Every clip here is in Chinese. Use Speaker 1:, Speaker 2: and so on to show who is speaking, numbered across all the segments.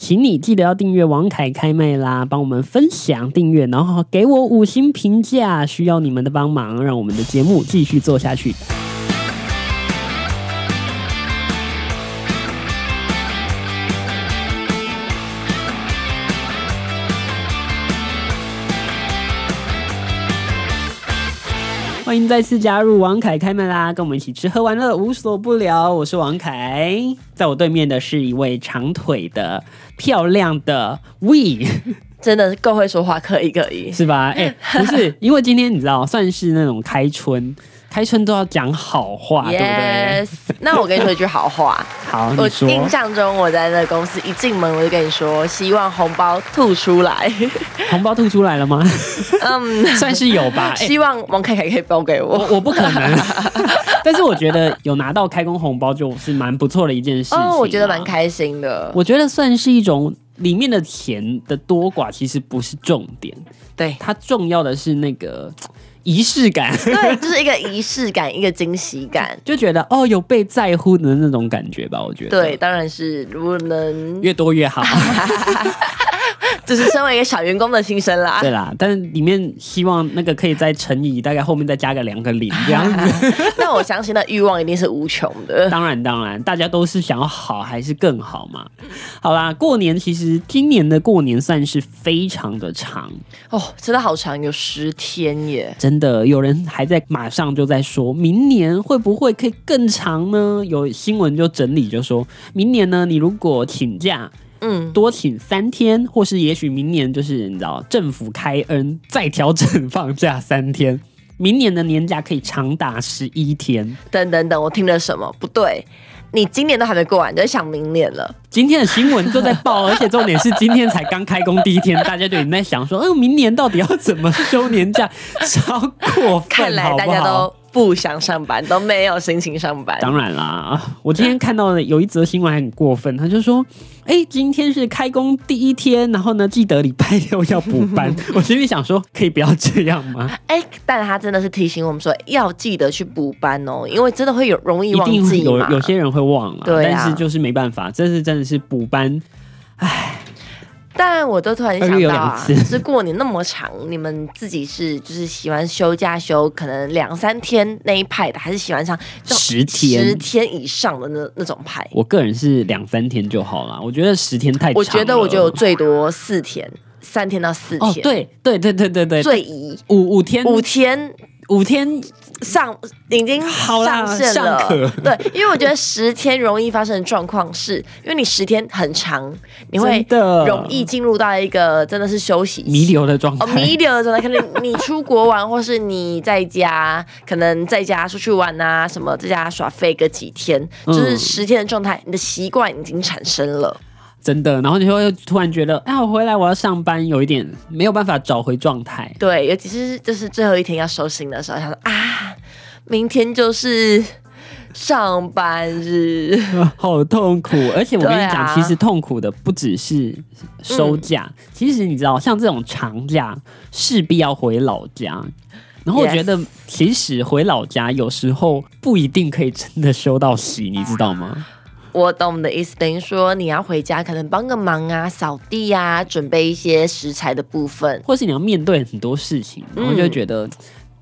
Speaker 1: 请你记得要订阅王凯开麦啦，帮我们分享订阅，然后给我五星评价，需要你们的帮忙，让我们的节目继续做下去。欢迎再次加入王凯开麦啦，跟我们一起吃喝玩乐无所不聊。我是王凯，在我对面的是一位长腿的漂亮的 We，
Speaker 2: 真的是够会说话，可以可 以。
Speaker 1: 是吧？哎、不 是，因为今天你知道，算是那种开春，开春都要讲好话
Speaker 2: 啊
Speaker 1: 对
Speaker 2: Yes，那我跟你说一句好 话。
Speaker 1: 不对？好，
Speaker 2: 我
Speaker 1: 你说
Speaker 2: 印象中，我在那个公司一进门，我就跟你说，希望红包吐出 来。
Speaker 1: 红包吐出来了 吗？
Speaker 2: 嗯，
Speaker 1: 算是有吧。哎、
Speaker 2: 希望王凯凯可以包给我。
Speaker 1: 我我不可 能，但是我觉得有拿到开工红包就是蛮不错的一件事情、啊
Speaker 2: 哦， 我觉得蛮。开心的。
Speaker 1: 我觉得算是一种里面的钱的多寡，其实不是重点，
Speaker 2: 对
Speaker 1: 它重要的是那个嘖仪式感，
Speaker 2: 对，就是一个仪式感，一个惊喜 感。
Speaker 1: 就觉得哦有被在乎的那种感觉吧。我觉得
Speaker 2: 对，，当然是如果能，
Speaker 1: 越多越好。
Speaker 2: 就是身为一个小员工的心声 啦
Speaker 1: 对。啦，但是里面希望那个可以再乘以大概后面再加个两个零这样子。
Speaker 2: 那我相信那欲望一定是无穷的。
Speaker 1: 当然，当然，大家都是想要好还是更好嘛。好啦，过年其实今年的过年算是非常的长，
Speaker 2: 哦，真的好长，有十天耶。
Speaker 1: 真的有人还在马上就在说，明年会不会可以更长呢？有新闻就整理就说，明年呢，你如果请假。
Speaker 2: 嗯，
Speaker 1: 多请三天，或是也许明年就是你知道政府开恩再调整放假三天，明年的年假可以长达十一天。
Speaker 2: 等等等，我听了什么不对？你今年都还没过完，你就在想明年了。
Speaker 1: 今天的新闻都在报，而且重点是今天才刚开工第一天，大家就已经在想说，嗯，明年到底要怎么休年假，超过分，
Speaker 2: 看来大
Speaker 1: 好
Speaker 2: 家
Speaker 1: 不好
Speaker 2: 都不想上班，都没有心情上班。
Speaker 1: 当然啦，我今天看到的有一则新闻还很过分，他就说：“哎、今天是开工第一天，然后呢，记得礼拜六要补班。”我心里想说，可以不要这样吗？
Speaker 2: 哎、但他真的是提醒我们说，要记得去补班哦，因为真的会有容易
Speaker 1: 一
Speaker 2: 忘
Speaker 1: 定会
Speaker 2: 记
Speaker 1: 有
Speaker 2: 嘛。
Speaker 1: 有些人会忘了，
Speaker 2: 对啊
Speaker 1: 但是就是没办法，这是真的是补班。
Speaker 2: 但我都突然
Speaker 1: 二
Speaker 2: 想
Speaker 1: 月有
Speaker 2: 到
Speaker 1: 两
Speaker 2: 啊，
Speaker 1: 次
Speaker 2: 就是过年那么长，你们自己是就是喜欢休假休可能两三天那一派的，还是喜欢上这种
Speaker 1: 十天
Speaker 2: 十天以上的那那种派？
Speaker 1: 我个人是两三天就好了，我觉得十天太长了。
Speaker 2: 我觉得我就最多四天，三天到四天，
Speaker 1: 哦，对对对对对对，
Speaker 2: 最宜
Speaker 1: 五五天
Speaker 2: 嗯五天
Speaker 1: 五天
Speaker 2: 上已经
Speaker 1: 好啦
Speaker 2: 上线
Speaker 1: 上
Speaker 2: 了
Speaker 1: 课，
Speaker 2: 对，因为我觉得十天容易发生的状况是，因为你十天很长，你会
Speaker 1: 真的
Speaker 2: 容易进入到一个真的是休息期
Speaker 1: 弥。留的状态，
Speaker 2: 哦，弥留的状态，可能你你出国玩，或是你在家，可能在家出去玩啊，什么在家耍飞个几天，就是
Speaker 1: 嗯
Speaker 2: 十天的状态，你的习惯已经产生了。
Speaker 1: 真的，然后你就会突然觉得，哎，我回来我要上班，有一点没有办法找回状态。
Speaker 2: 对，尤其是就是最后一天要收心的时候，想说啊，明天就是上班日。
Speaker 1: 好痛苦，而且我跟
Speaker 2: 对
Speaker 1: 你
Speaker 2: 啊
Speaker 1: 讲，其实痛苦的不只是收假，
Speaker 2: 嗯
Speaker 1: 其实你知道，像这种长假势必要回老家。然后我
Speaker 2: Yes
Speaker 1: 觉得，其实回老家有时候不一定可以真的休到息，你知道吗？
Speaker 2: 我懂你的意思，等于说你要回家，可能帮个忙啊，扫地啊，准备一些食材的部分。
Speaker 1: 或是你要面对很多事情，然后就会觉得。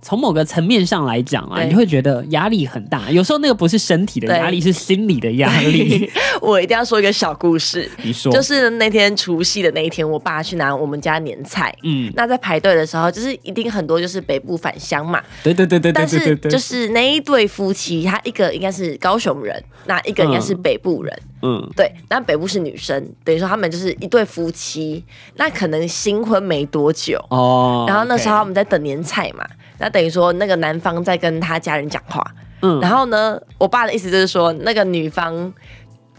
Speaker 1: 从某个层面上来讲啊，
Speaker 2: 嗯对
Speaker 1: 你会觉得压力很大。有时候那个不是身体的
Speaker 2: 对
Speaker 1: 压力，是心理的压力。
Speaker 2: 我一定要说一个小故事，
Speaker 1: 你说，
Speaker 2: 就是那天除夕的那一天，我爸去拿我们家年菜。
Speaker 1: 嗯，
Speaker 2: 那在排队的时候，就是一定很多就是北部返乡嘛，
Speaker 1: 对对对对对
Speaker 2: 但
Speaker 1: 对对
Speaker 2: 是
Speaker 1: 对，
Speaker 2: 就是那一对夫妻，他一个应该是高雄人，那一个应该是北部人，
Speaker 1: 嗯，
Speaker 2: 对，那北部是女生，等于说他们就是一对夫妻，那可能新婚没多久，
Speaker 1: 哦。
Speaker 2: 然后那时候
Speaker 1: OK，
Speaker 2: 他们在等年菜嘛，那等于说那个男方在跟他家人讲话，
Speaker 1: 嗯
Speaker 2: 然后呢，我爸的意思就是说那个女方，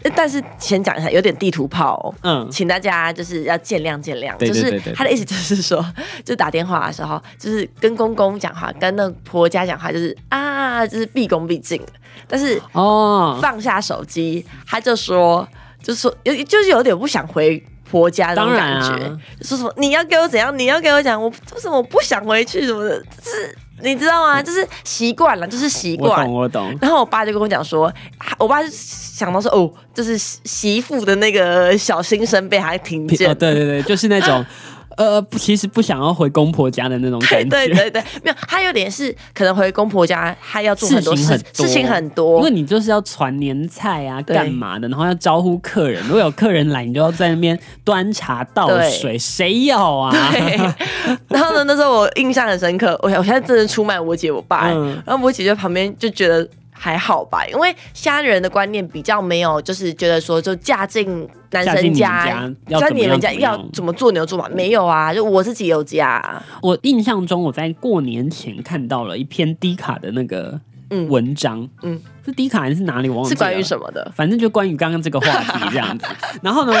Speaker 2: 呃但是先讲一下，有点地图炮、哦。
Speaker 1: 嗯，
Speaker 2: 请大家就是要见谅见谅，
Speaker 1: 对对对
Speaker 2: 就
Speaker 1: 对对
Speaker 2: 是他的意思就是说，就打电话的时候，就是跟公公讲话，跟那婆家讲话，就是啊，就是毕恭毕敬的。但是
Speaker 1: 哦，
Speaker 2: 放下手机，他就说，就说有就是有点不想回婆家那种感
Speaker 1: 当然
Speaker 2: 觉，
Speaker 1: 啊
Speaker 2: 就说什么你要给我怎样，你要给我讲，我为什么我不想回去什么的，就是你知道吗？就是习惯了，就是习
Speaker 1: 我
Speaker 2: 惯
Speaker 1: 懂，。我懂。
Speaker 2: 然后我爸就跟我讲说，啊我爸就想到说，哦，就是媳媳妇的那个小心声被他听 见
Speaker 1: 哦，对对对，就是那种， 呃，不其实不想要回公婆家的那种
Speaker 2: 对
Speaker 1: 感觉，
Speaker 2: 对对对，没有，他有点是可能回公婆家，他要做很多
Speaker 1: 事
Speaker 2: 事
Speaker 1: 情很多
Speaker 2: 事情很
Speaker 1: 因为
Speaker 2: 多，
Speaker 1: 你就是要传年菜啊，
Speaker 2: 对
Speaker 1: 干嘛的，然后要招呼客人，如果有客人来，你就要在那边端茶倒水，谁要啊？
Speaker 2: 对。然后呢，那时候我印象很深刻，我我现在真的出卖我姐我爸、欸
Speaker 1: 嗯
Speaker 2: 然后我姐就旁边就觉得。还好吧，因为虾人的观念比较没有，就是觉得说就嫁进男
Speaker 1: 嫁进
Speaker 2: 生
Speaker 1: 你
Speaker 2: 家，
Speaker 1: 家要
Speaker 2: 嫁
Speaker 1: 怎么
Speaker 2: 进人
Speaker 1: 样
Speaker 2: 家
Speaker 1: 怎么样
Speaker 2: 要怎么做牛做马，没有啊，就我自己有家，
Speaker 1: 我印象中，我在过年前看到了一篇低卡的那个
Speaker 2: 嗯
Speaker 1: 文章，
Speaker 2: 嗯
Speaker 1: 是低卡还是哪里？我忘记
Speaker 2: 是关于
Speaker 1: 了
Speaker 2: 什么的？
Speaker 1: 反正就关于刚刚这个话题这样子。 然后呢，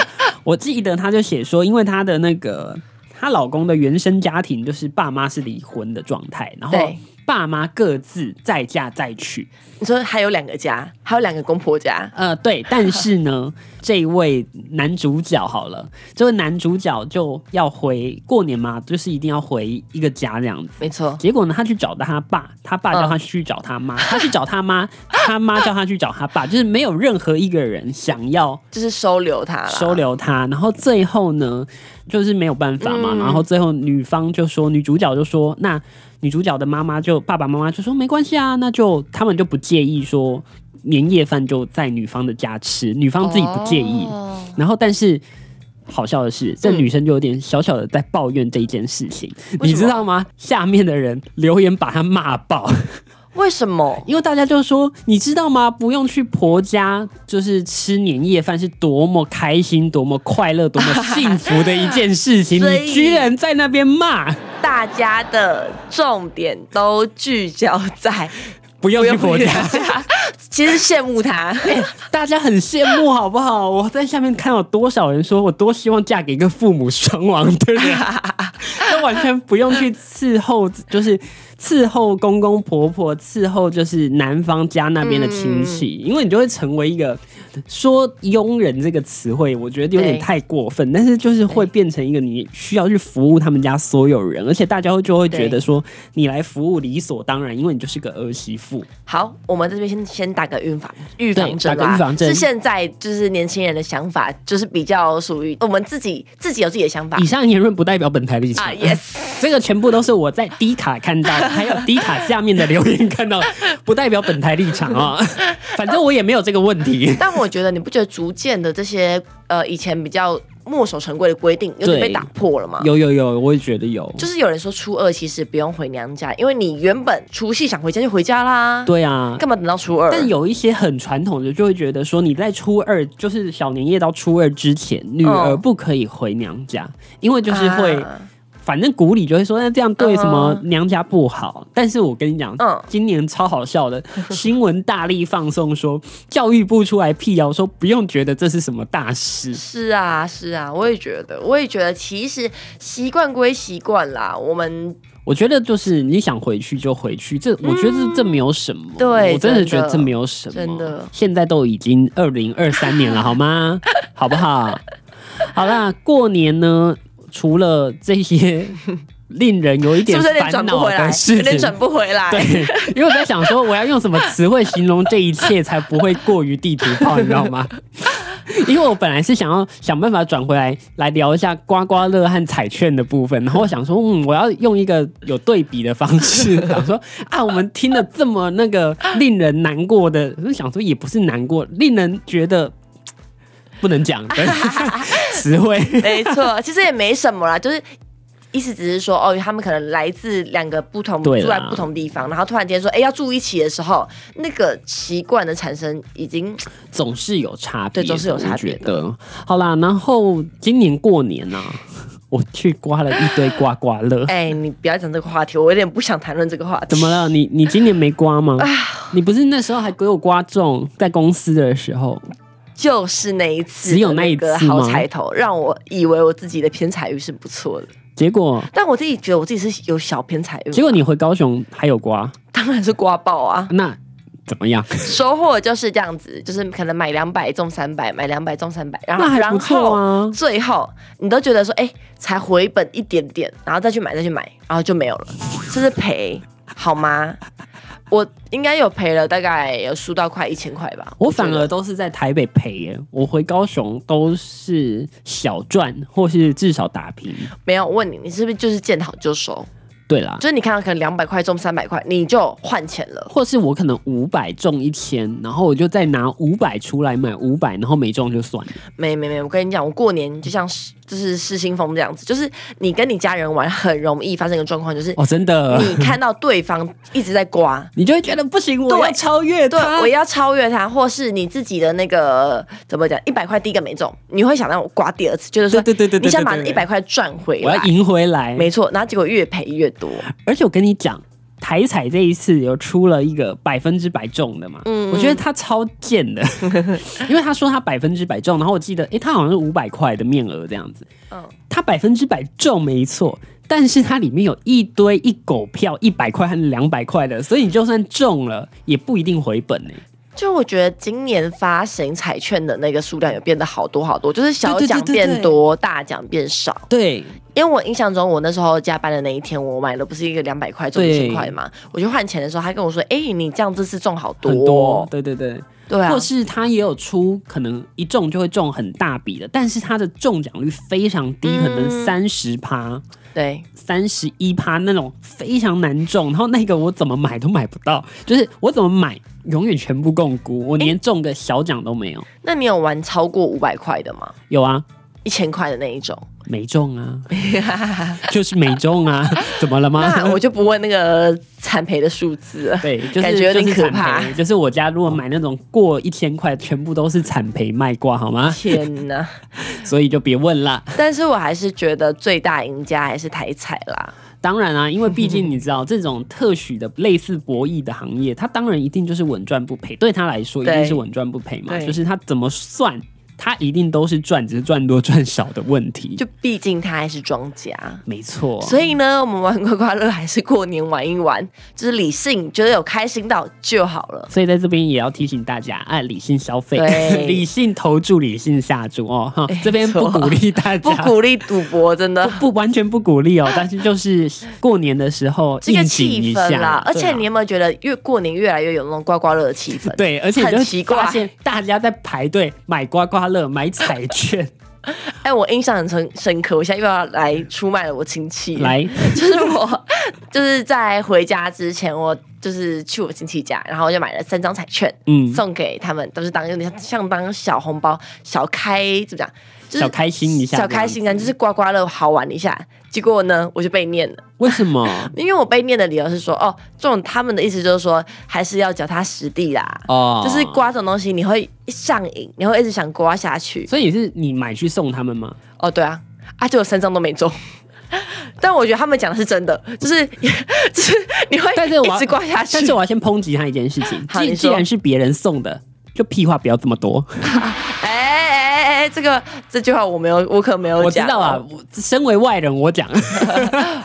Speaker 1: 我记得她就写说，因为她的那个她老公的原生家庭就是爸妈是离婚的状态，然后
Speaker 2: 对
Speaker 1: 爸妈各自再嫁再娶。
Speaker 2: 你说还有两个家，还有两个公婆家，
Speaker 1: 呃，对，但是呢，这一位男主角好了，这位男主角就要回过年嘛，就是一定要回一个家这样子。
Speaker 2: 没错，
Speaker 1: 结果呢，他去找他爸，他爸叫他去找他妈，他去找他妈，他妈叫他去找他爸，就是没有任何一个人想要
Speaker 2: 就是收留他啦，
Speaker 1: 收留他，然后最后呢，就是没有办法嘛，
Speaker 2: 嗯
Speaker 1: 然后最后女方就说，女主角就说，那女主角的妈妈就爸爸妈妈就说没关系啊，那就他们就不介意说年夜饭就在女方的家吃，女方自己不介意，
Speaker 2: 哦
Speaker 1: 然后但是。好笑的是，这
Speaker 2: 嗯
Speaker 1: 女生就有点小小的在抱怨这一件事情，你
Speaker 2: 为什
Speaker 1: 知
Speaker 2: 么
Speaker 1: 道吗？下面的人留言把她骂爆，
Speaker 2: 为什么？
Speaker 1: 因为大家就说，你知道吗？不用去婆家，就是吃年夜饭是多么开心、多么快乐、多么幸福的一件事情，
Speaker 2: 所以
Speaker 1: 你居然在那边骂，
Speaker 2: 大家的重点都聚焦在
Speaker 1: 不用
Speaker 2: 不
Speaker 1: 去
Speaker 2: 用
Speaker 1: 婆
Speaker 2: 回
Speaker 1: 家，
Speaker 2: 家， 其实羡慕他。
Speaker 1: 大家很羡慕，好不好？我在下面看到多少人说，我多希望嫁给一个父母双亡的人，都完全不用去伺候，就是。伺候公公婆婆，伺候就是男方家那边的亲戚，因为你就会成为一个说“佣人”这个词汇，我觉得有点
Speaker 2: 对
Speaker 1: 太过分，但是就是会变成一个你需要去服务他们家所有人，而且大家就会觉得说你来服务理所当然，因为你就是个儿媳妇。
Speaker 2: 好，我们这边先先打个预防预
Speaker 1: 对
Speaker 2: 防针
Speaker 1: 打个
Speaker 2: 啦，
Speaker 1: 预防针
Speaker 2: 是现在就是年轻人的想法，就是比较属于我们自己自己有自己的想法
Speaker 1: 以上言论不代表本台立场。
Speaker 2: 啊。Yes，
Speaker 1: 这个全部都是我在 D 卡看到的，还有 D 卡下面的留言看到的，不代表本台立场 啊、反正我也没有这个问题。
Speaker 2: 但我觉得你不觉得逐渐的这些呃以前比较墨守成规的规定有点
Speaker 1: 对
Speaker 2: 被打破了吗？
Speaker 1: 有有有，我也觉得有。
Speaker 2: 就是有人说初二其实不用回娘家，因为你原本除夕想回家就回家啦，
Speaker 1: 对啊，
Speaker 2: 干嘛等到初二？
Speaker 1: 但有一些很传统的，就会觉得说你在初二，就是小年夜到初二之前，女儿不可以回娘家，因为就是会，
Speaker 2: 哦啊
Speaker 1: 反正古里就会说哎那这样对什么
Speaker 2: 嗯
Speaker 1: 娘家不好。但是我跟你讲，
Speaker 2: 嗯
Speaker 1: 今年超好笑的 新闻大力放送说，教育部出来辟谣说不用觉得这是什么大事。
Speaker 2: 是啊，是啊，我也觉得，我也觉得，其实习惯归习惯啦，我们
Speaker 1: 我觉得就是你想回去就回去，这我觉得这这没有什么。
Speaker 2: 嗯对
Speaker 1: 我真的
Speaker 2: 真的
Speaker 1: 觉得这没有什么。
Speaker 2: 真的
Speaker 1: 现在都已经二零二三年了，好 吗？好不好？好啦，过年呢，除了这些令人有一
Speaker 2: 是
Speaker 1: 点
Speaker 2: 不是有点
Speaker 1: 烦
Speaker 2: 转不
Speaker 1: 恼
Speaker 2: 回来
Speaker 1: 的，
Speaker 2: 有
Speaker 1: 事
Speaker 2: 点
Speaker 1: 情
Speaker 2: 转，不回来？
Speaker 1: 对，因为我在想说，我要用什么词汇形容这一切，才不会过于地图炮，你知道吗？ 因为我本来是想要想办法转回来来聊一下刮刮乐和彩券的部分，然后我想说，嗯，我要用一个有对比的方式，想说啊，我们听了这么那个令人难过的，我就想说也不是难过，令人觉得不能讲的词汇。
Speaker 2: 没错，其实也没什么啦，就是。意思只是说，哦，他们可能来自两个不同
Speaker 1: 对啦
Speaker 2: 住在不同地方，然后突然间说，哎，要住一起的时候，那个习惯的产生 已经
Speaker 1: 总是有差别的，
Speaker 2: 对总是有差别，
Speaker 1: 我觉得。好啦，然后今年过年呢、 我去刮了一堆刮刮乐
Speaker 2: 哎，你不要讲这个话题，我有点不想谈论这个话题。
Speaker 1: 怎么了？你你今年没刮吗？你不是那时候还给我刮中，在公司的时候，
Speaker 2: 就是那一次，
Speaker 1: 只有那一次吗
Speaker 2: 好彩头，让我以为我自己的偏财运是不错的，
Speaker 1: 结果
Speaker 2: 但我自己觉得我自己是有小偏财运。
Speaker 1: 结果你回高雄还有刮，
Speaker 2: 当然是刮爆啊！
Speaker 1: 那怎么样？
Speaker 2: 收获就是这样子，就是可能买两百中三百，买两百中三百，然后
Speaker 1: 那还不
Speaker 2: 然
Speaker 1: 错
Speaker 2: 后
Speaker 1: 啊。
Speaker 2: 最后你都觉得说，哎、才回本一点点，然后再去买再去买，然后就没有了，这是赔。好吗？我应该有赔了，大概有输到快一千块吧。
Speaker 1: 我反
Speaker 2: 觉得
Speaker 1: 而都是在台北赔耶，我回高雄都是小赚或是至少打平。
Speaker 2: 没有我问你，你是不是就是见好就收？
Speaker 1: 对啦，
Speaker 2: 就是你看到可能两百块中三百块，你就换钱了。
Speaker 1: 或是我可能五百中一千，然后我就再拿五百出来买五百，然后没中就算了。
Speaker 2: 没没没，我跟你讲，我过年就像是就是失心疯这样子，就是你跟你家人玩很容易发生一个状况，就是
Speaker 1: 哦，真的，
Speaker 2: 你看到对方一直在刮，
Speaker 1: 你就会觉得不行，我要超越
Speaker 2: 对，
Speaker 1: 他
Speaker 2: 我。要超越他，或是你自己的那个怎么讲，一百块第一个没中，你会想让我刮第二次，就是说，
Speaker 1: 对对对对对
Speaker 2: 你想把
Speaker 1: 对
Speaker 2: 一
Speaker 1: 对
Speaker 2: 百块赚回
Speaker 1: 我
Speaker 2: 来
Speaker 1: 要，赢回来，
Speaker 2: 没错，然后结果越赔越多，
Speaker 1: 而且我跟你讲，台彩这一次有出了一个百分之百中的嘛，
Speaker 2: 嗯
Speaker 1: 我觉得他超贱 的，因为他说他百分之百中，然后我记得，诶、他好像是五百块的面额这样子，
Speaker 2: 嗯，
Speaker 1: 他百分之百中没错。但是它里面有一堆一狗票一百块和两百块的，所以你就算中了也不一定回本呢、
Speaker 2: 就我觉得今年发行彩券的那个数量有变得好多好多，就是小
Speaker 1: 对对对
Speaker 2: 奖
Speaker 1: 对
Speaker 2: 变
Speaker 1: 对
Speaker 2: 多，大奖变少。
Speaker 1: 对，
Speaker 2: 因为我印象中，我那时候加班的那一天，我买的不是一个两百块中一千块嘛，我就换钱的时候，他跟我说：“哎、你这样这次中好多、
Speaker 1: 很多
Speaker 2: 哦，，
Speaker 1: 对对对。
Speaker 2: 对啊
Speaker 1: 或，是他也有出可能一中就会中很大笔的，但是他的中奖率非常低，
Speaker 2: 嗯
Speaker 1: 可能三十趴、
Speaker 2: 对，
Speaker 1: 三十一趴那种非常难中。然后那个我怎么买都买不到，就是我怎么买永远全部共估，我连中个小奖都没有。
Speaker 2: 那你有玩超过五百块的吗？
Speaker 1: 有啊，
Speaker 2: 一千块的那一种？
Speaker 1: 没中 啊，就是没中啊，怎么了吗？
Speaker 2: 那我就不问那个产赔的数字了。
Speaker 1: 对，就是
Speaker 2: 感觉有点
Speaker 1: 就是
Speaker 2: 可
Speaker 1: 惨
Speaker 2: 怕
Speaker 1: 赔就是我家如果买那种过一千块，全部都是惨赔卖挂，好吗？
Speaker 2: 天呐！
Speaker 1: 所以就别问啦。
Speaker 2: 但是我还是觉得最大赢家还是台彩啦。
Speaker 1: 当然啊，因为毕 竟你知道，这种特许的类似博弈的行业，它当然一定就是稳赚不赔，对他来说一
Speaker 2: 对
Speaker 1: 定是稳赚不赔嘛，
Speaker 2: 对
Speaker 1: 就是他怎么算，他一定都是赚，只是赚多赚少的问题。
Speaker 2: 就毕竟他还是庄家，
Speaker 1: 没错，
Speaker 2: 所以呢，我们玩刮刮乐还是过年玩一玩，就是理性，觉得有开心到就好了。
Speaker 1: 所以在这边也要提醒大家，按理性消费
Speaker 2: 对，
Speaker 1: 理性投注，理性下注哦。哈，这边不
Speaker 2: 没错
Speaker 1: 鼓励大
Speaker 2: 不
Speaker 1: 家，
Speaker 2: 鼓励赌博，真 的。
Speaker 1: 不完全不鼓励哦，但是就是过年的时候
Speaker 2: 这个
Speaker 1: 应景
Speaker 2: 气
Speaker 1: 一
Speaker 2: 氛
Speaker 1: 下
Speaker 2: 啦，而且
Speaker 1: 对啊
Speaker 2: 你有没有觉得越过年越来越有那种刮刮乐的气氛？
Speaker 1: 对，而且
Speaker 2: 很
Speaker 1: 你
Speaker 2: 奇
Speaker 1: 就
Speaker 2: 怪
Speaker 1: 发现大家在排队买刮刮乐、买彩券，
Speaker 2: 哎，我印象很深深刻，我现在又要来出卖了我亲 戚。
Speaker 1: 来，
Speaker 2: 就是我就是在回家之前，我就是去我亲戚家，然后我就买了三张彩券，
Speaker 1: 嗯，
Speaker 2: 送给他们，都是当有点像像当小红包、小开怎么讲，就是
Speaker 1: 小开心一下，
Speaker 2: 小开心啊，就是刮刮乐好玩一下。结果呢，我就被念了，
Speaker 1: 为什么？
Speaker 2: 因为我被念的理由是说，哦，这种他们的意思就是说，还是要脚踏实地啦。
Speaker 1: 哦
Speaker 2: 就是，刮这种东西，你会上瘾，你会一直想刮下去。
Speaker 1: 所以是你买去送他们 吗？
Speaker 2: 哦，对啊，啊，就有三张都没中。 但我觉得他们讲的是真的，就是就是你会
Speaker 1: 但是我
Speaker 2: 一
Speaker 1: 要
Speaker 2: 直刮下去。
Speaker 1: 但是我要先抨击他一件事情，
Speaker 2: 好你
Speaker 1: 既既
Speaker 2: 说
Speaker 1: 然是别人送的，就屁话不要这么多。
Speaker 2: 哎哎哎哎，这个这句话我没有，我可没有
Speaker 1: 我知
Speaker 2: 讲，哦
Speaker 1: 道啊，，我身为外人，我讲，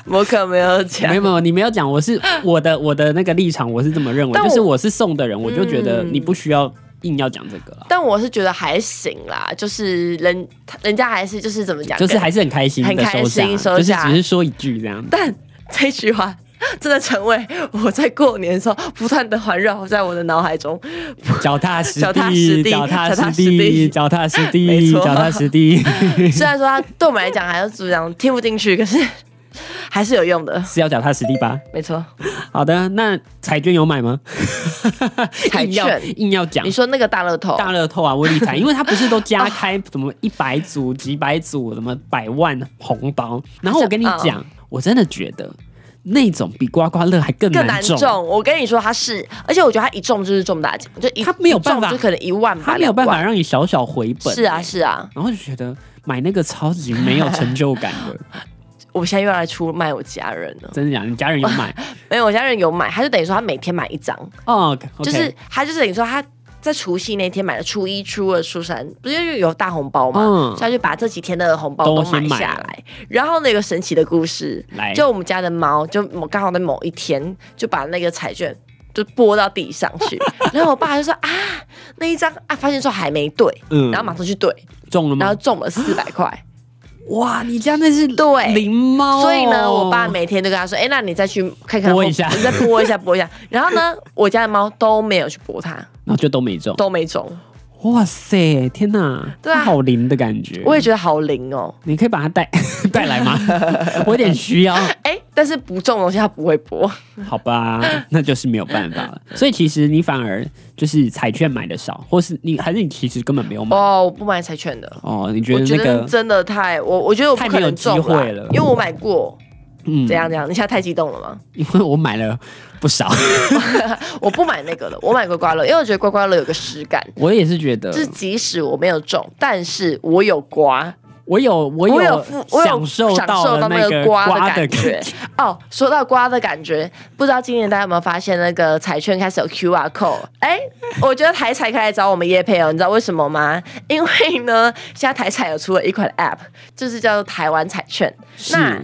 Speaker 2: 我可没有
Speaker 1: 没
Speaker 2: 讲
Speaker 1: 有。没有，你没有讲，我是我的我的那个立场，我是这么认为，
Speaker 2: 但我嗯
Speaker 1: 就是我是送的人，我就觉得你不需要硬要讲这个啊啦，
Speaker 2: 但我是觉得还行啦，就是人人家还是就是怎么讲，
Speaker 1: 就是
Speaker 2: 跟
Speaker 1: 还是很开心
Speaker 2: 很
Speaker 1: 的
Speaker 2: 开
Speaker 1: 收下，
Speaker 2: 心收
Speaker 1: 就是
Speaker 2: 下
Speaker 1: 只是说一句这样子。
Speaker 2: 但这句话。真的成为我在过年的时候不断的环绕在我的脑 海中，
Speaker 1: 脚踏实
Speaker 2: 脚踏
Speaker 1: 地，
Speaker 2: 实地
Speaker 1: 脚踏实
Speaker 2: 脚踏实地
Speaker 1: 地，脚踏实
Speaker 2: 没
Speaker 1: 地，
Speaker 2: 错
Speaker 1: 脚踏实地，
Speaker 2: 虽然说它对我们来讲还是怎么讲听不进去，可是还是有用的，
Speaker 1: 是要脚踏实地吧？
Speaker 2: 没错。
Speaker 1: 好的，那彩券有买 吗？
Speaker 2: 彩
Speaker 1: 硬要
Speaker 2: 券
Speaker 1: 硬要讲
Speaker 2: 你说那个大乐透，
Speaker 1: 大乐透啊，我理 财，因为它不是都加开什么一百组、几百组、什么百万红包。然后我跟你
Speaker 2: 好像嗯
Speaker 1: 讲，我真的觉得那种比刮刮乐还更
Speaker 2: 更难
Speaker 1: 难中，
Speaker 2: 中。我跟你说，他是，而且我觉得他一中就是中大奖，就一
Speaker 1: 他没有办法
Speaker 2: 一中就可能一万吧，
Speaker 1: 它没有办
Speaker 2: 两
Speaker 1: 法
Speaker 2: 万。
Speaker 1: 让你小小回本。欸
Speaker 2: 是啊，是啊，
Speaker 1: 然后就觉得买那个超级没有成就感 的，
Speaker 2: 我现在又要来出卖我家人了。
Speaker 1: 真的假的？你家人有 买？
Speaker 2: 没有，我家人有买，他就等于说他每天买一张，
Speaker 1: 哦，OK
Speaker 2: 就是他就是等于说他。在除夕那天买了初一、初二、初三，不是因为有大红包嘛，
Speaker 1: 嗯
Speaker 2: 所以他就把这几天的红包都
Speaker 1: 都
Speaker 2: 买
Speaker 1: 先买
Speaker 2: 下
Speaker 1: 了
Speaker 2: 来。然后那个神奇的故事，
Speaker 1: 来
Speaker 2: 就我们家的猫，就我刚好在某一天就把那个彩券就拨到地上 去，然后我爸就说啊，那一张啊，发现说还没对，
Speaker 1: 嗯
Speaker 2: 然后马上去对，
Speaker 1: 中了
Speaker 2: 然后
Speaker 1: 吗？
Speaker 2: 中了四百块，
Speaker 1: 哇，你家那是
Speaker 2: 对
Speaker 1: 灵 猫哦、
Speaker 2: 所以呢，我爸每天都跟他说：“哎、那你再去看看，
Speaker 1: 拨一下
Speaker 2: 你再拨一下，拨一下。”然后呢，我家的猫都没有去拨它，
Speaker 1: 然后就都没中。
Speaker 2: 都没中。
Speaker 1: 哇塞，天哪，
Speaker 2: 对啊
Speaker 1: 它好灵的感觉。
Speaker 2: 我也觉得好灵哦。
Speaker 1: 你可以把它带 带来 吗？我有点需要。
Speaker 2: 哎、但是不中的东西它不会拨，
Speaker 1: 好吧，那就是没有办法了。所以其实你反而就是彩券买的少，或是你还是你其实根本没有买
Speaker 2: 哦，我不买彩券的。
Speaker 1: 哦。你觉
Speaker 2: 我
Speaker 1: 得嗯
Speaker 2: 觉
Speaker 1: 那
Speaker 2: 得
Speaker 1: 个
Speaker 2: 真的太我，我觉得我不
Speaker 1: 太
Speaker 2: 可
Speaker 1: 没有
Speaker 2: 能中
Speaker 1: 机会了
Speaker 2: 因为我买过。
Speaker 1: 嗯
Speaker 2: 怎样怎样？你现在太激动了吗？
Speaker 1: 因为我买了不少，
Speaker 2: 我不买那个了，我买刮刮乐，因为我觉得刮刮乐有个实感，
Speaker 1: 我也是觉得
Speaker 2: 就是即使我没有中，但是我有刮，
Speaker 1: 我有我
Speaker 2: 我有付我有
Speaker 1: 享受
Speaker 2: 享受
Speaker 1: 了
Speaker 2: 到
Speaker 1: 那
Speaker 2: 那
Speaker 1: 个
Speaker 2: 个刮的
Speaker 1: 刮
Speaker 2: 感
Speaker 1: 的
Speaker 2: 觉 哦，说到刮的感觉，不知道今年大家有没有发现那个彩券开始有 QR code？哎，我觉得台彩可以来找我们叶配哦，你知道为什么吗？因为呢，现在台彩有出了一款 App，就是叫做台湾彩券。
Speaker 1: 是
Speaker 2: 那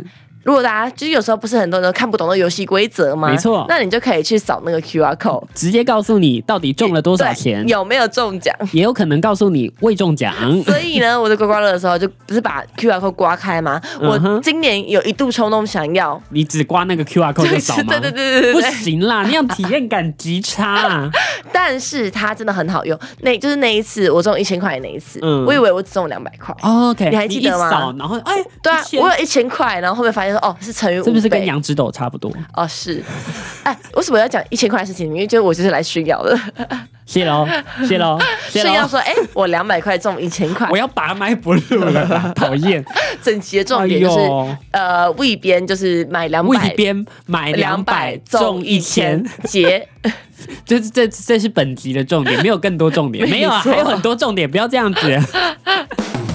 Speaker 2: 如果大家就是有时候不是很多人都看不懂那游戏规则吗？
Speaker 1: 没错
Speaker 2: 那你就可以去扫那个 QR code，
Speaker 1: 直接告诉你到底中了多少
Speaker 2: 对，
Speaker 1: 钱，
Speaker 2: 有没有中奖？
Speaker 1: 也有可能告诉你未中奖。
Speaker 2: 所以呢，我在刮刮乐的时候就不是把 QR code 刮开吗？
Speaker 1: 嗯
Speaker 2: 我
Speaker 1: 哼
Speaker 2: 今年有一度冲动想要，
Speaker 1: 你只刮那个 QR code 就
Speaker 2: 对
Speaker 1: 少
Speaker 2: 对
Speaker 1: 吗？
Speaker 2: 对对对对
Speaker 1: 不
Speaker 2: 对，
Speaker 1: 行啦，那样体验感极差、 啊。
Speaker 2: 但是它真的很好用。那就是那一次我中一千块的那一次，
Speaker 1: 嗯
Speaker 2: 我以为我只中两百块。
Speaker 1: 哦 OK，
Speaker 2: 你还记得吗
Speaker 1: 一扫然后哎，
Speaker 2: 对啊
Speaker 1: 一，千
Speaker 2: 我有一千块，然后后面发现说，哦，是乘以五倍，
Speaker 1: 是不是跟杨枝豆差不多？
Speaker 2: 哦是，哎，为什么要讲一千块的事情？因为就是我就是来炫耀的，
Speaker 1: 谢喽，谢喽， 谢
Speaker 2: 炫耀
Speaker 1: 喽！
Speaker 2: 说，哎，我两百块中一千块
Speaker 1: 我。要拔麦不录了 啦，讨厌！
Speaker 2: 整集的重点就是
Speaker 1: 哎呦，
Speaker 2: 呃，魏边就是买两
Speaker 1: 我一
Speaker 2: 百，
Speaker 1: 边买两百中一千，，
Speaker 2: 结
Speaker 1: 这这这是本集的重点，没有更多重点，
Speaker 2: 没错
Speaker 1: 没有啊，还有很多重点，不要这样子。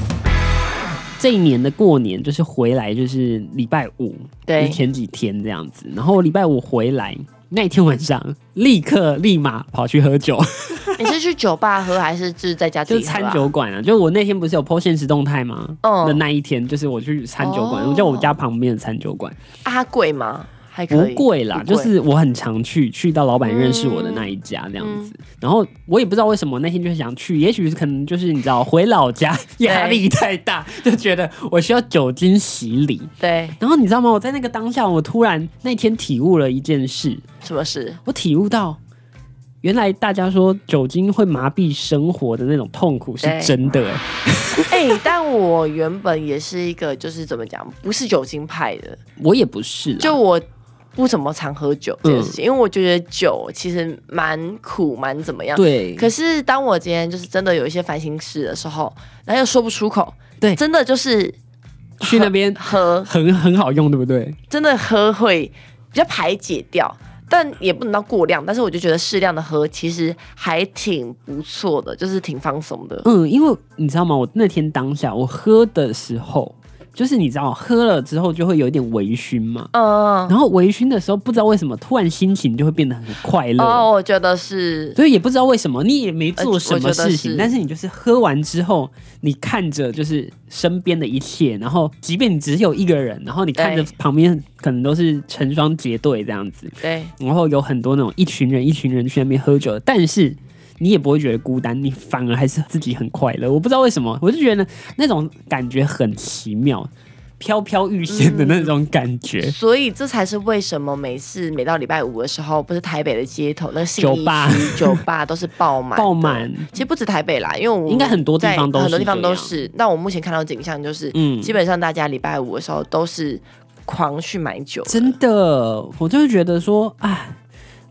Speaker 1: 这一年的过年就是回来就是礼拜五，
Speaker 2: 对
Speaker 1: 就前几天这样子，然后礼拜五回来那一天晚上，立刻立马跑去喝 酒。
Speaker 2: 你是去酒吧喝还是就是在家自
Speaker 1: 就
Speaker 2: 己
Speaker 1: 是
Speaker 2: 喝啊
Speaker 1: 餐？酒馆啊，就我那天不是有 PO 现实动态吗？
Speaker 2: 嗯
Speaker 1: 的那一天，就是我去餐酒馆，
Speaker 2: 哦
Speaker 1: 我就我家旁边的餐酒馆，
Speaker 2: 啊它贵吗？还
Speaker 1: 不
Speaker 2: 可以，
Speaker 1: 贵啦，
Speaker 2: 不
Speaker 1: 就。是我很常去，去到老板认识我的那一家这样子。
Speaker 2: 嗯
Speaker 1: 然后我也不知道为什么那天就想去，也许是可能就是你知道回老家压力太大，就觉得我需要酒精洗礼。
Speaker 2: 对，
Speaker 1: 然后你知道吗？我在那个当下，我突然那天体悟了一件事，
Speaker 2: 什么事？
Speaker 1: 我体悟到。原来大家说酒精会麻痹生活的那种痛苦是
Speaker 2: 对
Speaker 1: 真的、欸，
Speaker 2: 哎、但我原本也是一个，就是怎么讲，不是酒精派的，
Speaker 1: 我也不是啦，
Speaker 2: 就我不怎么常喝酒这件事情，因为我觉得酒其实蛮苦，蛮怎么样。。
Speaker 1: 对，
Speaker 2: 可是当我今天就是真的有一些烦心事的时候，然后又说不出口，
Speaker 1: 对
Speaker 2: 真的就是
Speaker 1: 去那边
Speaker 2: 喝，
Speaker 1: 很很好用，对不对？
Speaker 2: 真的喝会比较排解掉。但也不能到过量，但是我就觉得适量的喝其实还挺不错的，就是挺放松的。
Speaker 1: 嗯，因为你知道吗？我那天当下我喝的时候，就是你知道喝了之后就会有一点微醺嘛，
Speaker 2: 嗯，
Speaker 1: 然后微醺的时候不知道为什么突然心情就会变得很快乐。
Speaker 2: 哦，我觉得是
Speaker 1: 所以也不知道为什么，你也没做什么
Speaker 2: 呃我
Speaker 1: 事
Speaker 2: 觉得
Speaker 1: 情，
Speaker 2: 是
Speaker 1: 但是你就是喝完之后，你看着就是身边的一切，然后即便你只有一个人，然后你看着
Speaker 2: 对
Speaker 1: 旁边可能都是成双结对这样子，
Speaker 2: 对，
Speaker 1: 然后有很多那种一群人一群人去那边喝酒，但是你也不会觉得孤单，你反而还是自己很快乐。我不知道为什么，我就觉得那种感觉很奇妙，飘飘欲仙的那种感觉。
Speaker 2: 所以这才是为什么每次每到礼拜五的时候，不是台北的街头那个信义
Speaker 1: 酒吧
Speaker 2: 区 酒吧都是爆满，
Speaker 1: 爆。满，
Speaker 2: 其实不止台北啦，因为我
Speaker 1: 应该很多地
Speaker 2: 在
Speaker 1: 方都
Speaker 2: 很多
Speaker 1: 是
Speaker 2: 地方
Speaker 1: 这
Speaker 2: 都
Speaker 1: 样
Speaker 2: 是。那我目前看到的景象就是，
Speaker 1: 嗯
Speaker 2: 基本上大家礼拜五的时候都是狂去买酒的，
Speaker 1: 真的，我就是觉得说，哎，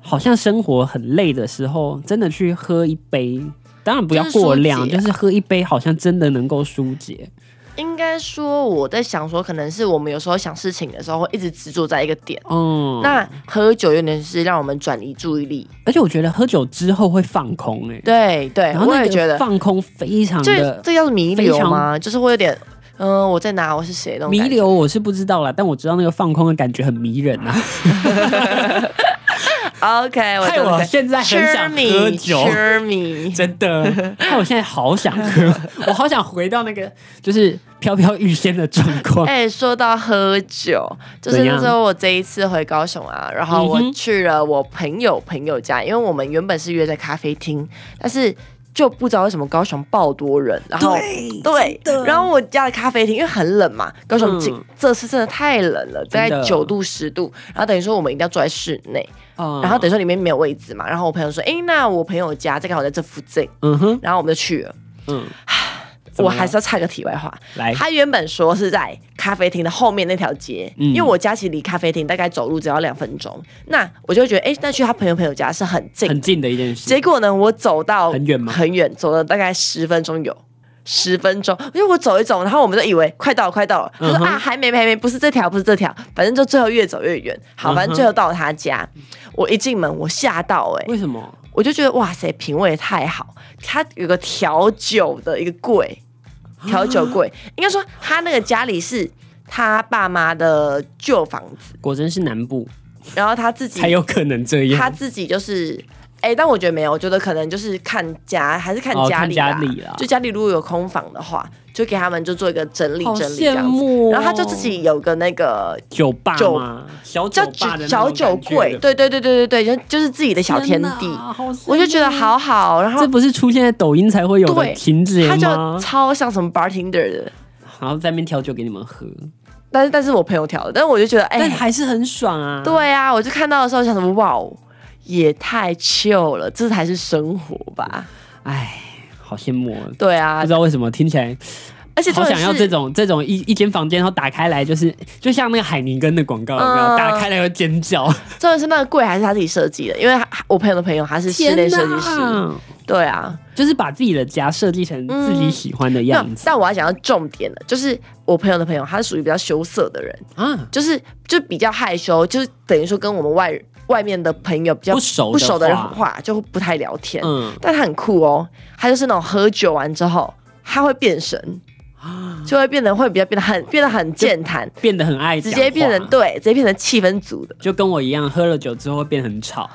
Speaker 1: 好像生活很累的时候，真的去喝一杯。当然不要
Speaker 2: 就是
Speaker 1: 过
Speaker 2: 疏
Speaker 1: 量，
Speaker 2: 解
Speaker 1: 就
Speaker 2: 啊
Speaker 1: 是喝一杯，好像真的能够疏解。
Speaker 2: 应该说我在想说，可能是我们有时候想事情的时候会一直执着在一个点。
Speaker 1: 嗯，
Speaker 2: 那喝酒有点是让我们转移注意力，
Speaker 1: 而且我觉得喝酒之后会放空、欸，
Speaker 2: 对对，
Speaker 1: 然后
Speaker 2: 哎我
Speaker 1: 那
Speaker 2: 也觉
Speaker 1: 个
Speaker 2: 得
Speaker 1: 放空非常
Speaker 2: 这
Speaker 1: 的
Speaker 2: 这叫弥
Speaker 1: 非
Speaker 2: 留
Speaker 1: 常
Speaker 2: 吗？就是会有点，嗯、我在哪，我是谁那种
Speaker 1: 弥
Speaker 2: 感觉
Speaker 1: 留，我是不知道啦，但我知道那个放空的感觉很迷人啊。
Speaker 2: OK，我
Speaker 1: 害
Speaker 2: 懂
Speaker 1: 我
Speaker 2: 了
Speaker 1: 现在很想喝酒
Speaker 2: Cheer me, cheer me
Speaker 1: 真的，害我现在好想 喝，我好想回到那个就是飘飘欲仙的状况。
Speaker 2: 哎、说到喝酒，就是
Speaker 1: 怎样
Speaker 2: 那时候我这一次回高雄啊，然后我
Speaker 1: 嗯哼
Speaker 2: 去了我朋友朋友家，因为我们原本是约在咖啡厅，但是就不知道为什么高雄爆多人，然后对，然后我家的咖啡厅因为很冷嘛，高雄这、
Speaker 1: 嗯
Speaker 2: 这次真的太冷了，大
Speaker 1: 真
Speaker 2: 概
Speaker 1: 的
Speaker 2: 九度十度，然后等于说我们一定要坐在室内，
Speaker 1: 哦
Speaker 2: 然后等于说里面没有位置嘛，然后我朋友说，哎，那我朋友家在刚好在这附近，
Speaker 1: 嗯哼
Speaker 2: 然后我们就去了。
Speaker 1: 嗯，怎
Speaker 2: 我
Speaker 1: 么了
Speaker 2: 还是要插个题外话，
Speaker 1: 来
Speaker 2: 他原本说是在咖啡厅的后面那条街，
Speaker 1: 嗯
Speaker 2: 因为我家其实离咖啡厅大概走路只要两分钟，那我就会觉得，哎、那去他朋友朋友家是很近。
Speaker 1: 很近的一件事，
Speaker 2: 结果呢，我走到
Speaker 1: 很远吗
Speaker 2: 很远，走了大概十分钟有。十分钟，因为我走一走，然后我们就以为快到了，快到了，就说、
Speaker 1: 嗯哼
Speaker 2: 啊，还没，还没，不是这条，不是这条，反正就最后越走越远。好，反
Speaker 1: 嗯哼
Speaker 2: 正最后到了他家，我一进门我吓到哎、
Speaker 1: 为什么？
Speaker 2: 我就觉得哇塞，品味太好。他有个调酒的一个柜，调酒 柜，应该说他那个家里是他爸妈的旧房子，
Speaker 1: 果真是南部
Speaker 2: 然后他自己
Speaker 1: 才有可能这样，
Speaker 2: 他自己就是，哎、但我觉得没有，我觉得可能就是看家，还是看
Speaker 1: 哦
Speaker 2: 家里啦，
Speaker 1: 看家里啦
Speaker 2: 就家里如果有空房的话，就给他们就做一个整理
Speaker 1: 好
Speaker 2: 整理这
Speaker 1: 羡
Speaker 2: 样子。
Speaker 1: 慕哦。
Speaker 2: 然后他就自己有个那个
Speaker 1: 酒吧
Speaker 2: 酒
Speaker 1: 嘛，小酒
Speaker 2: 叫
Speaker 1: 吧的那种
Speaker 2: 小酒
Speaker 1: 感觉
Speaker 2: 柜，，对对对对对对，就就是自己的小
Speaker 1: 天
Speaker 2: 天地。
Speaker 1: 哪好羡慕哦
Speaker 2: 我就觉得好好，然后
Speaker 1: 这不是出现在抖音才会有的
Speaker 2: 对
Speaker 1: 情节
Speaker 2: 他就
Speaker 1: 吗？
Speaker 2: 超像什么 bartender 的，
Speaker 1: 然后在那边调酒给你们喝，
Speaker 2: 但是但是我朋友调的，但是我就觉得哎、
Speaker 1: 但还是很爽啊。，
Speaker 2: 对啊，我就看到的时候想什么哇哦，也太 chill 了，这才是生活吧？
Speaker 1: 哎，好羡慕哦。
Speaker 2: 对
Speaker 1: 不
Speaker 2: 啊
Speaker 1: 知，道为什么听起来
Speaker 2: 而且
Speaker 1: 好
Speaker 2: 重点
Speaker 1: 想要
Speaker 2: 是
Speaker 1: 这种这种一一间房间，然后打开来就是就像那个海尼根的广告有没有？
Speaker 2: 嗯
Speaker 1: 打开来有尖叫，
Speaker 2: 重点是那个柜还是他自己设计的，因为他我朋友的朋友他是室内设计师，！对啊，
Speaker 1: 就是把自己的家设计成
Speaker 2: 嗯
Speaker 1: 自己喜欢的
Speaker 2: 没有
Speaker 1: 样子、
Speaker 2: 但我要讲到重点了，就是我朋友的朋友他是属于比较羞涩的人，
Speaker 1: 啊，
Speaker 2: 就是就比较害羞，就是等于说跟我们外外面的朋友比较
Speaker 1: 不熟
Speaker 2: 不熟的人
Speaker 1: 话
Speaker 2: 话就不太聊天，
Speaker 1: 嗯，
Speaker 2: 但他很酷哦，他就是那种喝酒完之后，他会变神，就会变得会比较变得很变得很健谈，
Speaker 1: 变得很爱
Speaker 2: 直
Speaker 1: 讲话，
Speaker 2: 接变成对，直接变成气氛组的，
Speaker 1: 就跟我一样，喝了酒之后会变很吵，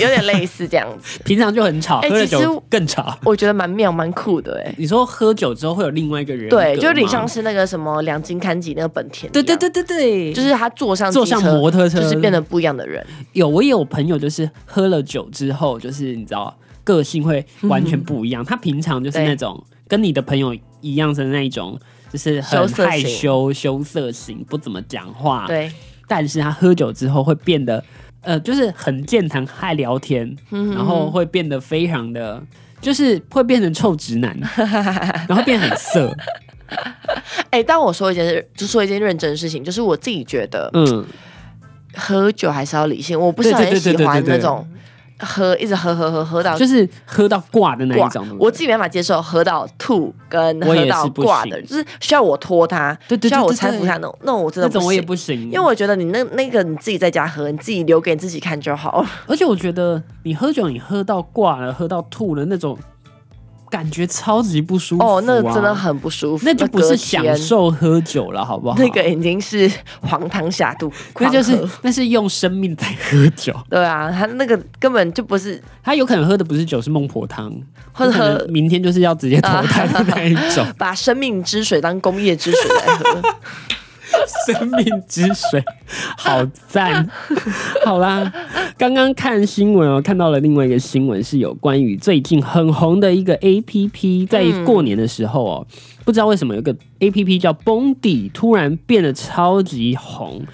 Speaker 2: 有点类似这样 子，
Speaker 1: 平常就很吵，
Speaker 2: 哎
Speaker 1: 喝了
Speaker 2: 其实
Speaker 1: 酒
Speaker 2: 我
Speaker 1: 更吵。
Speaker 2: 我觉得蛮妙蛮酷的哎。
Speaker 1: 你说喝酒之后会有另外一个欸人格吗，
Speaker 2: 对，就有点像是那个什么两金刊吉那个本田一样，
Speaker 1: 对对对对对，
Speaker 2: 就是他坐上
Speaker 1: 坐
Speaker 2: 机车
Speaker 1: 上摩托车
Speaker 2: 就是变得不一样的人。
Speaker 1: 有我也有朋友，就是喝了酒之后，就是你知道个性会完全不
Speaker 2: 嗯
Speaker 1: 一样。他平常就是
Speaker 2: 对
Speaker 1: 那种跟你的朋友一样的那一种，就是很
Speaker 2: 羞涩型
Speaker 1: 害羞、羞涩型，不怎么讲话。
Speaker 2: 对，
Speaker 1: 但是他喝酒之后会变得，呃，就是很健谈、爱聊天，
Speaker 2: 嗯
Speaker 1: 然后会变得非常的，就是会变成臭直 男，然后变很色。
Speaker 2: 哎、但我说一件事，就说一件认真的事情，就是我自己觉得
Speaker 1: 嗯，
Speaker 2: 喝酒还是要理性，我不是
Speaker 1: 对对
Speaker 2: 很
Speaker 1: 对对
Speaker 2: 喜
Speaker 1: 对
Speaker 2: 欢
Speaker 1: 对对
Speaker 2: 那种喝一直喝喝喝喝到
Speaker 1: 就是喝到挂的那
Speaker 2: 挂
Speaker 1: 一种。对不，对
Speaker 2: 我自己没办法接受喝到吐跟
Speaker 1: 我也
Speaker 2: 喝
Speaker 1: 是
Speaker 2: 到
Speaker 1: 不
Speaker 2: 挂
Speaker 1: 行
Speaker 2: 的，就是需要我拖他，
Speaker 1: 对对对
Speaker 2: 需要我
Speaker 1: 对对
Speaker 2: 搀扶他那种，那种我真的
Speaker 1: 那
Speaker 2: 不
Speaker 1: 种
Speaker 2: 行。
Speaker 1: 我也不行，
Speaker 2: 因为我觉得你那那个你自己在家喝，你自己留给你自己看 就好。
Speaker 1: 而且我觉得你喝酒，你喝到挂了，喝到吐了那种感觉超级不舒服、啊、
Speaker 2: 哦，那真的，很不舒服。
Speaker 1: 那就不是
Speaker 2: 隔
Speaker 1: 享
Speaker 2: 天
Speaker 1: 受喝酒了，好不好？
Speaker 2: 那个已经是黄汤下肚，
Speaker 1: 那就
Speaker 2: 狂
Speaker 1: 是
Speaker 2: 喝
Speaker 1: 那是用生命在喝 酒，
Speaker 2: 对啊，他那个根本就不是
Speaker 1: 他有可能喝的不是酒，是孟婆汤，
Speaker 2: 或者
Speaker 1: 有可能明天就是要直接
Speaker 2: 啊
Speaker 1: 淘汰的那一 种
Speaker 2: 把生命之水当工业之水来喝。
Speaker 1: 生命之水， 好赞！好啦，刚刚看新闻哦，看到了另外一个新闻是有关于最近很红的一个 A P P，在过年的时候哦，不知道为什么有一个 A P P 叫崩底，突然变得超级红，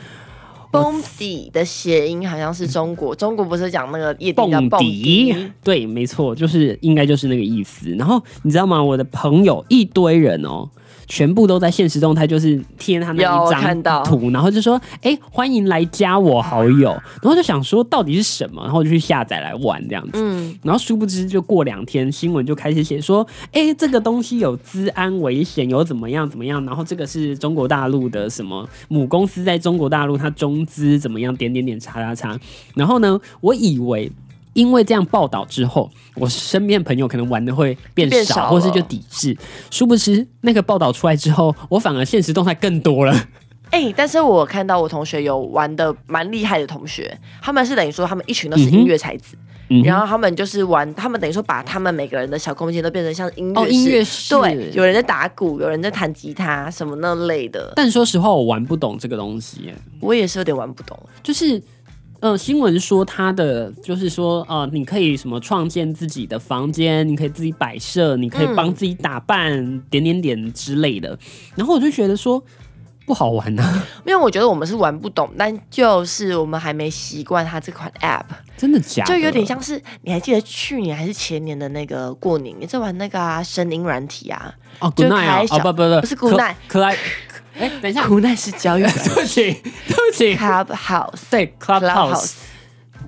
Speaker 2: 蹦迪的谐音好像是中国，中国不是讲那个夜店叫
Speaker 1: 蹦
Speaker 2: 蹦
Speaker 1: 迪
Speaker 2: 迪？，
Speaker 1: 对，没错，就是应该就是那个意思。然后你知道吗？我的朋友一堆人哦。全部都在现实动态，就是贴他那
Speaker 2: 有
Speaker 1: 一
Speaker 2: 我看到
Speaker 1: 张图，然后就说：“哎、欢迎来加我好友。”然后就想说到底是什么，然后我就去下载来玩这样子。
Speaker 2: 嗯，
Speaker 1: 然后殊不知，就过两天新闻就开始写说，哎，这个东西有治安危险，有怎么样怎么样，然后这个是中国大陆的什么母公司在中国大陆它中资怎么样，点点点叉叉叉。然后呢，我以为。因为这样报道之后，我身边朋友可能玩的会变少，
Speaker 2: 变少了
Speaker 1: 或是就抵制。殊不知，那个报道出来之后，我反而现实动态更多了。
Speaker 2: 哎、但是我看到我同学有玩的蛮厉害的同学，他们是等于说他们一群都是音乐才子，
Speaker 1: 嗯哼
Speaker 2: 然后他们就是玩，他们等于说把他们每个人的小空间都变成像音乐
Speaker 1: 哦
Speaker 2: 室
Speaker 1: 音乐室
Speaker 2: 对，有人在打鼓，有人在弹吉他什么那类的，
Speaker 1: 但说实话，我玩不懂这个东西耶。
Speaker 2: 我也是有点玩不懂。
Speaker 1: 就是呃，新闻说他的就是说，呃，你可以什么创建自己的房间，你可以自己摆设，你可以帮自己打扮，点点点之类的。然后我就觉得说不好玩啊呐、
Speaker 2: 因为我觉得我们是玩不懂，但就是我们还没习惯它这款 app，
Speaker 1: 真的假的？
Speaker 2: 就有点像是你还记得去年还是前年的那个过年，你在玩那个啊声音软体啊，
Speaker 1: 哦
Speaker 2: 就
Speaker 1: ，Good night 啊
Speaker 2: 开
Speaker 1: 哦
Speaker 2: 小
Speaker 1: 不不不
Speaker 2: 不是 Good night
Speaker 1: 可可 爱，哎、等一下，
Speaker 2: 苦难是交友
Speaker 1: 对不 起，对不起，
Speaker 2: Clubhouse。
Speaker 1: 对 Clubhouse，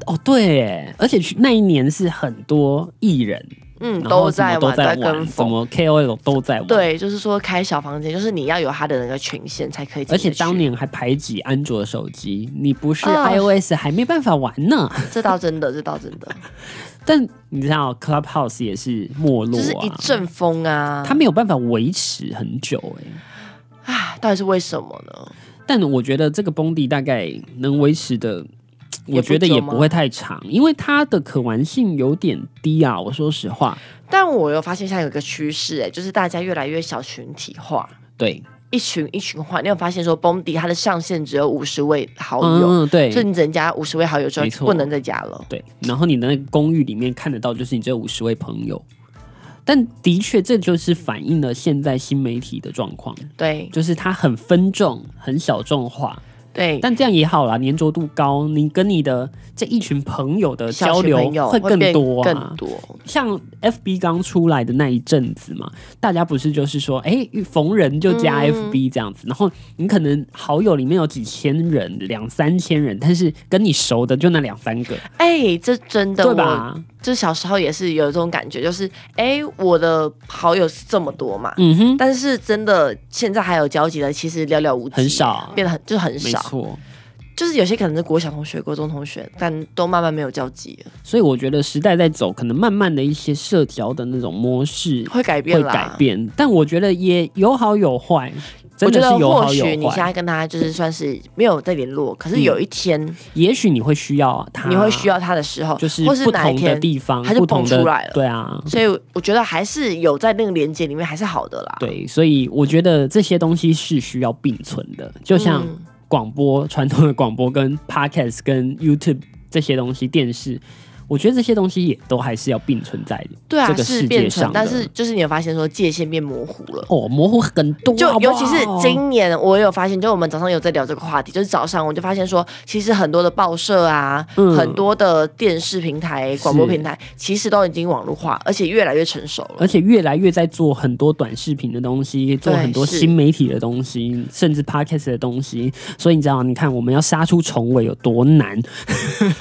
Speaker 1: 哦对耶，而且去那一年是很多艺人
Speaker 2: 嗯，
Speaker 1: 然后
Speaker 2: 都
Speaker 1: 什么
Speaker 2: 在
Speaker 1: 都
Speaker 2: 玩，
Speaker 1: 在
Speaker 2: 跟
Speaker 1: 玩，什
Speaker 2: 风。
Speaker 1: 么 KOL 都在玩，
Speaker 2: 对，就是说开小房间，就是你要有他的那个权限才可以进
Speaker 1: 而
Speaker 2: 得去。
Speaker 1: 且当年还排挤安卓手机，你不是
Speaker 2: 啊
Speaker 1: iOS 还没办法玩呢。
Speaker 2: 这倒真的，这倒真的，
Speaker 1: 但你知道 Clubhouse 也是没落
Speaker 2: 就是一
Speaker 1: 啊，
Speaker 2: 阵风啊。
Speaker 1: 它没有办法维持很久哎、
Speaker 2: 啊，到底是为什么呢？
Speaker 1: 但我觉得这个崩地大概能维持的，
Speaker 2: 也
Speaker 1: 我觉得
Speaker 2: 不久
Speaker 1: 也
Speaker 2: 吗
Speaker 1: 不会太长，因为它的可玩性有点低啊。我说实话，
Speaker 2: 但我有发现现在有一个趋势，哎，就是大家越来越小群体化，
Speaker 1: 对，
Speaker 2: 一群一群化。你有发现说崩迪他的上限只有五十位好友，
Speaker 1: 嗯，对
Speaker 2: 所哦以你只能加五十位好友之后
Speaker 1: 没错
Speaker 2: 不能再加了。
Speaker 1: 对。然后你的那个公寓里面看得到，就是你这五十位朋友。但的确，这就是反映了现在新媒体的状况。
Speaker 2: 对
Speaker 1: 就是它很分众、很小众化，
Speaker 2: 对，
Speaker 1: 但这样也好啦，粘着度高，你跟你的这一群朋友的
Speaker 2: 小
Speaker 1: 交
Speaker 2: 群
Speaker 1: 流
Speaker 2: 朋友
Speaker 1: 会更
Speaker 2: 变
Speaker 1: 多啊
Speaker 2: 更。多。
Speaker 1: 像 FB 刚出来的那一阵子嘛，大家不是就是说，哎、逢人就加
Speaker 2: 嗯
Speaker 1: FB 这样子，然后你可能好友里面有几千人、两三千人，但是跟你熟的就那两三个，
Speaker 2: 哎，这真的
Speaker 1: 对
Speaker 2: 我
Speaker 1: 吧？
Speaker 2: 就小时候也是有这种感觉，就是哎，我的好友是这么多嘛，
Speaker 1: 嗯哼，
Speaker 2: 但是真的现在还有交集的，其实寥寥无几，
Speaker 1: 很，少，
Speaker 2: 变得很就是很
Speaker 1: 没
Speaker 2: 少，
Speaker 1: 错。
Speaker 2: 就是有些可能是国小同学、国中同学，但都慢慢没有交集了，
Speaker 1: 所以我觉得时代在走，可能慢慢的一些社交的那种模式
Speaker 2: 会改变
Speaker 1: 会
Speaker 2: 啦。
Speaker 1: 改变，但我觉得也有好有坏，真
Speaker 2: 我觉
Speaker 1: 的
Speaker 2: 得
Speaker 1: 是有
Speaker 2: 或
Speaker 1: 好
Speaker 2: 许你
Speaker 1: 有
Speaker 2: 现在
Speaker 1: 坏。
Speaker 2: 跟他就是算是没有在联络，可是有一天
Speaker 1: 也许你会需要它，
Speaker 2: 你会需要他的时候，
Speaker 1: 就是
Speaker 2: 或是
Speaker 1: 不
Speaker 2: 哪一
Speaker 1: 同的
Speaker 2: 天，
Speaker 1: 地方，
Speaker 2: 它就
Speaker 1: 不同
Speaker 2: 蹦
Speaker 1: 的
Speaker 2: 出来了
Speaker 1: 对啊，
Speaker 2: 所以我觉得还是有在那个连接里面还是好的啦。
Speaker 1: 对，所以我觉得这些东西是需要并存的，就像
Speaker 2: 嗯
Speaker 1: 广播、传统的广播跟 podcast 跟 YouTube 这些东西，电视。我觉得这些东西也都还是要并存在的，
Speaker 2: 对啊，
Speaker 1: 这个
Speaker 2: 是
Speaker 1: 世界
Speaker 2: 变成
Speaker 1: 上，的
Speaker 2: 但是就是你有发现说界限变模糊了。
Speaker 1: 哦，模糊很多，
Speaker 2: 就
Speaker 1: 好不
Speaker 2: 尤其是
Speaker 1: 好
Speaker 2: 今年，我有发现，就我们早上有在聊这个话题，就是早上我就发现说，其实很多的报社啊，
Speaker 1: 嗯
Speaker 2: 很多的电视平台、广播平台，其实都已经网络化，而且越来越成熟了。
Speaker 1: 而且越来越在做很多短视频的东西，做很多
Speaker 2: 是
Speaker 1: 新媒体的东西，甚至 podcast 的东西。所以你知道，你看我们要杀出重围有多难？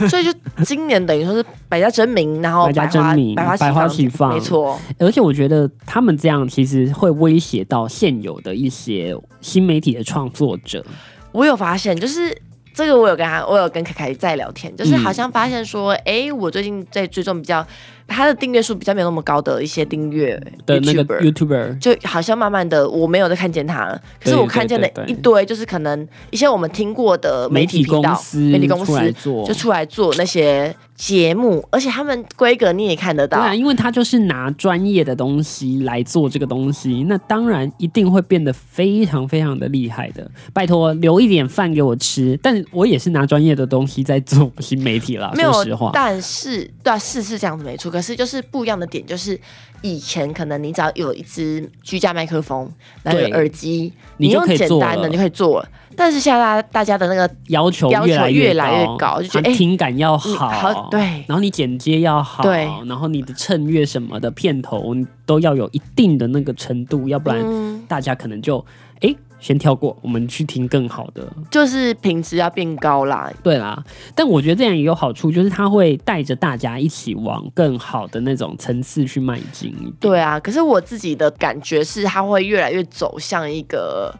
Speaker 2: 所以就今年等于说是百家争鸣，然后
Speaker 1: 百家
Speaker 2: 百花
Speaker 1: 争鸣
Speaker 2: 百花
Speaker 1: 百花齐
Speaker 2: 齐
Speaker 1: 放
Speaker 2: 没错，
Speaker 1: 而且我觉得他们这样其实会威胁到现有的一些新媒体的创作者。
Speaker 2: 我有发现，就是这个我有跟他，我有跟凯凯在聊天，
Speaker 1: 嗯
Speaker 2: 就是好像发现说，哎、我最近在追踪比较他的订阅数比较没有那么高的一些订阅
Speaker 1: 的那个
Speaker 2: YouTuber
Speaker 1: YouTuber
Speaker 2: 就好像慢慢的我没有再看见他了，可是我看见了
Speaker 1: 对对对
Speaker 2: 一堆，就是可能一些我们听过的媒
Speaker 1: 媒
Speaker 2: 体
Speaker 1: 体
Speaker 2: 频
Speaker 1: 公
Speaker 2: 道、
Speaker 1: 司
Speaker 2: 媒体公
Speaker 1: 出来
Speaker 2: 司
Speaker 1: 做
Speaker 2: 就。出来做那些节目，而且他们规格你也看得
Speaker 1: 对
Speaker 2: 到，
Speaker 1: 啊，因为他就是拿专业的东西来做这个东西，那当然一定会变得非常非常的厉害的。拜托，留一点饭给我吃，但我也是拿专业的东西在做新媒体啦。
Speaker 2: 没有
Speaker 1: 说实话，
Speaker 2: 但是对、啊，是是这样子没错。可是就是不一样的点，就是以前可能你只要有一支居家麦克风，然后有
Speaker 1: 对
Speaker 2: 耳机，
Speaker 1: 你
Speaker 2: 你
Speaker 1: 就
Speaker 2: 用
Speaker 1: 可以
Speaker 2: 简
Speaker 1: 做
Speaker 2: 单
Speaker 1: 了
Speaker 2: 的你就可以做了。但是现在大家大家的那个
Speaker 1: 要求
Speaker 2: 要求
Speaker 1: 来
Speaker 2: 越来越
Speaker 1: 高，
Speaker 2: 高就觉得
Speaker 1: 它
Speaker 2: 哎
Speaker 1: 听感要好，
Speaker 2: 嗯好对
Speaker 1: 然后你剪接要好，
Speaker 2: 对
Speaker 1: 然后你的衬乐什么的片头你都要有一定的那个程度，要不然
Speaker 2: 嗯，
Speaker 1: 大家可能就哎、先跳过，我们去听更好的。
Speaker 2: 就是品质要变高啦。
Speaker 1: 对啦，但我觉得这样也有好处，就是它会带着大家一起往更好的那种层次去迈进一点。
Speaker 2: 对啊，可是我自己的感觉是，它会越来越走向一个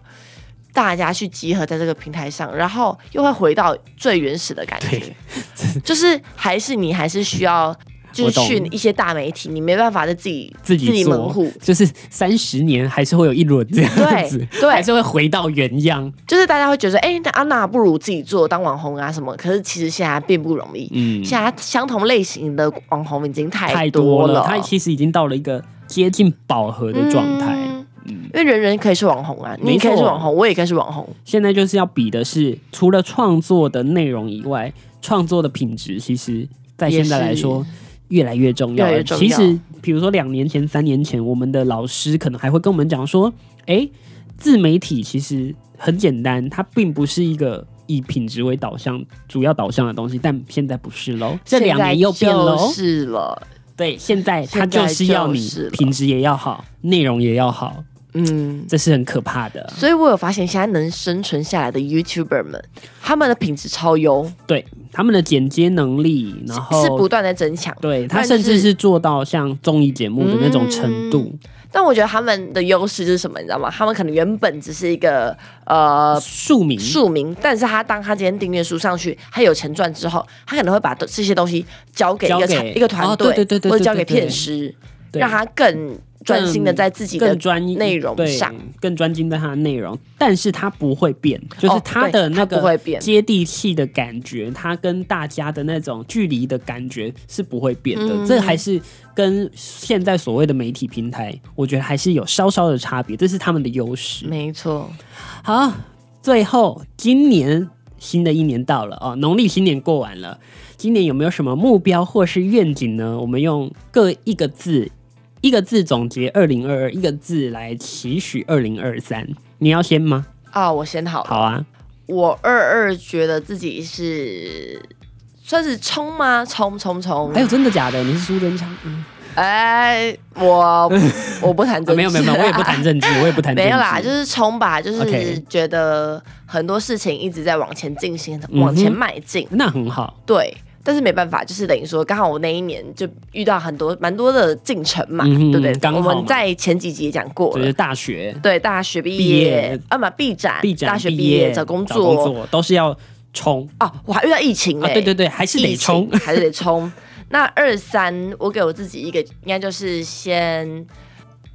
Speaker 2: 大家去集合在这个平台上，然后又会回到最原始的感觉，就是还是你还是需要。就
Speaker 1: 我
Speaker 2: 是
Speaker 1: 懂
Speaker 2: 去一些大媒体，你没办法在自己
Speaker 1: 自己
Speaker 2: 自己
Speaker 1: 做
Speaker 2: 门 户，
Speaker 1: 就是三十年还是会有一轮这样 子，
Speaker 2: 对
Speaker 1: 还是会回到原样。
Speaker 2: 就是大家会觉得，哎、那安娜不如自己做当网红啊什么。可是其实现在并不容易，
Speaker 1: 嗯，
Speaker 2: 现在相同类型的网红已经太
Speaker 1: 太
Speaker 2: 多
Speaker 1: 了，
Speaker 2: 了，
Speaker 1: 它其实已经到了一个接近饱和的状态。
Speaker 2: 嗯因为人人可以是网红啊，你
Speaker 1: 没
Speaker 2: 也
Speaker 1: 错
Speaker 2: 可以是网红，我也可以是网红。
Speaker 1: 现在就是要比的是，除了创作的内容以外，创作的品质，其实在现在来说越来越重要了。
Speaker 2: 越来越重要
Speaker 1: 其实，比如说两年前、三年前，我们的老师可能还会跟我们讲说：“诶，自媒体其实很简单，它并不是一个。”以品质为导向，主要导向的东西，但现在不是喽。这两年又变喽，
Speaker 2: 现在就是了，
Speaker 1: 对，现在它就是要你
Speaker 2: 现在就是了
Speaker 1: 品质也要好，内容也要好，
Speaker 2: 嗯。
Speaker 1: 这是很可怕的。
Speaker 2: 所以我有发现，现在能生存下来的 YouTuber 们，他们的品质超优，
Speaker 1: 对，他们的剪接能力，然后
Speaker 2: 是不断在增强。
Speaker 1: 对他
Speaker 2: 但
Speaker 1: 甚至
Speaker 2: 是
Speaker 1: 是做到像综艺节目的那种程度，
Speaker 2: 但我觉得他们的优势是什么？你知道吗？他们可能原本只是一个呃
Speaker 1: 庶民
Speaker 2: 庶民，但是他当他今天订阅数上去，他有钱赚之后，他可能会把这些东西交给一
Speaker 1: 交
Speaker 2: 个
Speaker 1: 给
Speaker 2: 产一个团队，
Speaker 1: 哦对对对对
Speaker 2: 或者交
Speaker 1: 对
Speaker 2: 给
Speaker 1: 对对
Speaker 2: 片师，
Speaker 1: 对
Speaker 2: 让他更专心的在自己的
Speaker 1: 更专一
Speaker 2: 内容
Speaker 1: 对
Speaker 2: 上，
Speaker 1: 更专精在他的内容，但是他不会变，就是
Speaker 2: 哦
Speaker 1: 他
Speaker 2: 对
Speaker 1: 的那
Speaker 2: 他不
Speaker 1: 个
Speaker 2: 会变
Speaker 1: 接地气的感觉，他跟大家的那种距离的感觉是不会变
Speaker 2: 嗯
Speaker 1: 的。这还是跟现在所谓的媒体平台，我觉得还是有稍稍的差别，这是他们的优势。
Speaker 2: 没错，
Speaker 1: 好，最后今年新的一年到了哦，农历新年过完了，今年有没有什么目标或是愿景呢？我们用各一个字，一个字总结二零二二，一个字来期许二零二三。你要先吗？
Speaker 2: 啊、我先好了，
Speaker 1: 好啊，
Speaker 2: 我二二觉得自己是算是冲吗？冲冲冲
Speaker 1: 还！有真的假的？你是苏贞昌？嗯，
Speaker 2: 哎，我我不谈
Speaker 1: 啊
Speaker 2: 政治、
Speaker 1: 没有没有没有，我也不谈政 治，我也不谈政
Speaker 2: 嗯没
Speaker 1: 治。
Speaker 2: 有啦，就是冲吧，就
Speaker 1: OK 嗯
Speaker 2: 是觉得很多事情一直在往前进行，
Speaker 1: 哼
Speaker 2: 往前迈进。
Speaker 1: 那很好，
Speaker 2: 对，但是没办法，就是等于说，刚好我那一年就遇到很多蛮多的进程嘛，
Speaker 1: 嗯哼
Speaker 2: 对不对？
Speaker 1: 刚好
Speaker 2: 我
Speaker 1: 嘛
Speaker 2: 们在前几集也讲过
Speaker 1: 就是
Speaker 2: 了。
Speaker 1: 大学
Speaker 2: 对，大学毕
Speaker 1: 毕
Speaker 2: 业
Speaker 1: 业，
Speaker 2: 啊嘛，毕展，
Speaker 1: 毕展
Speaker 2: 大学
Speaker 1: 毕
Speaker 2: 毕业
Speaker 1: 找
Speaker 2: 找工
Speaker 1: 工
Speaker 2: 作，
Speaker 1: 作都是要冲
Speaker 2: 哦，我还遇到疫情
Speaker 1: 啊！
Speaker 2: 哎，
Speaker 1: 对对对，还是
Speaker 2: 疫
Speaker 1: 得冲
Speaker 2: 情。还是得冲。那二三，我给我自己一个，应该就是先，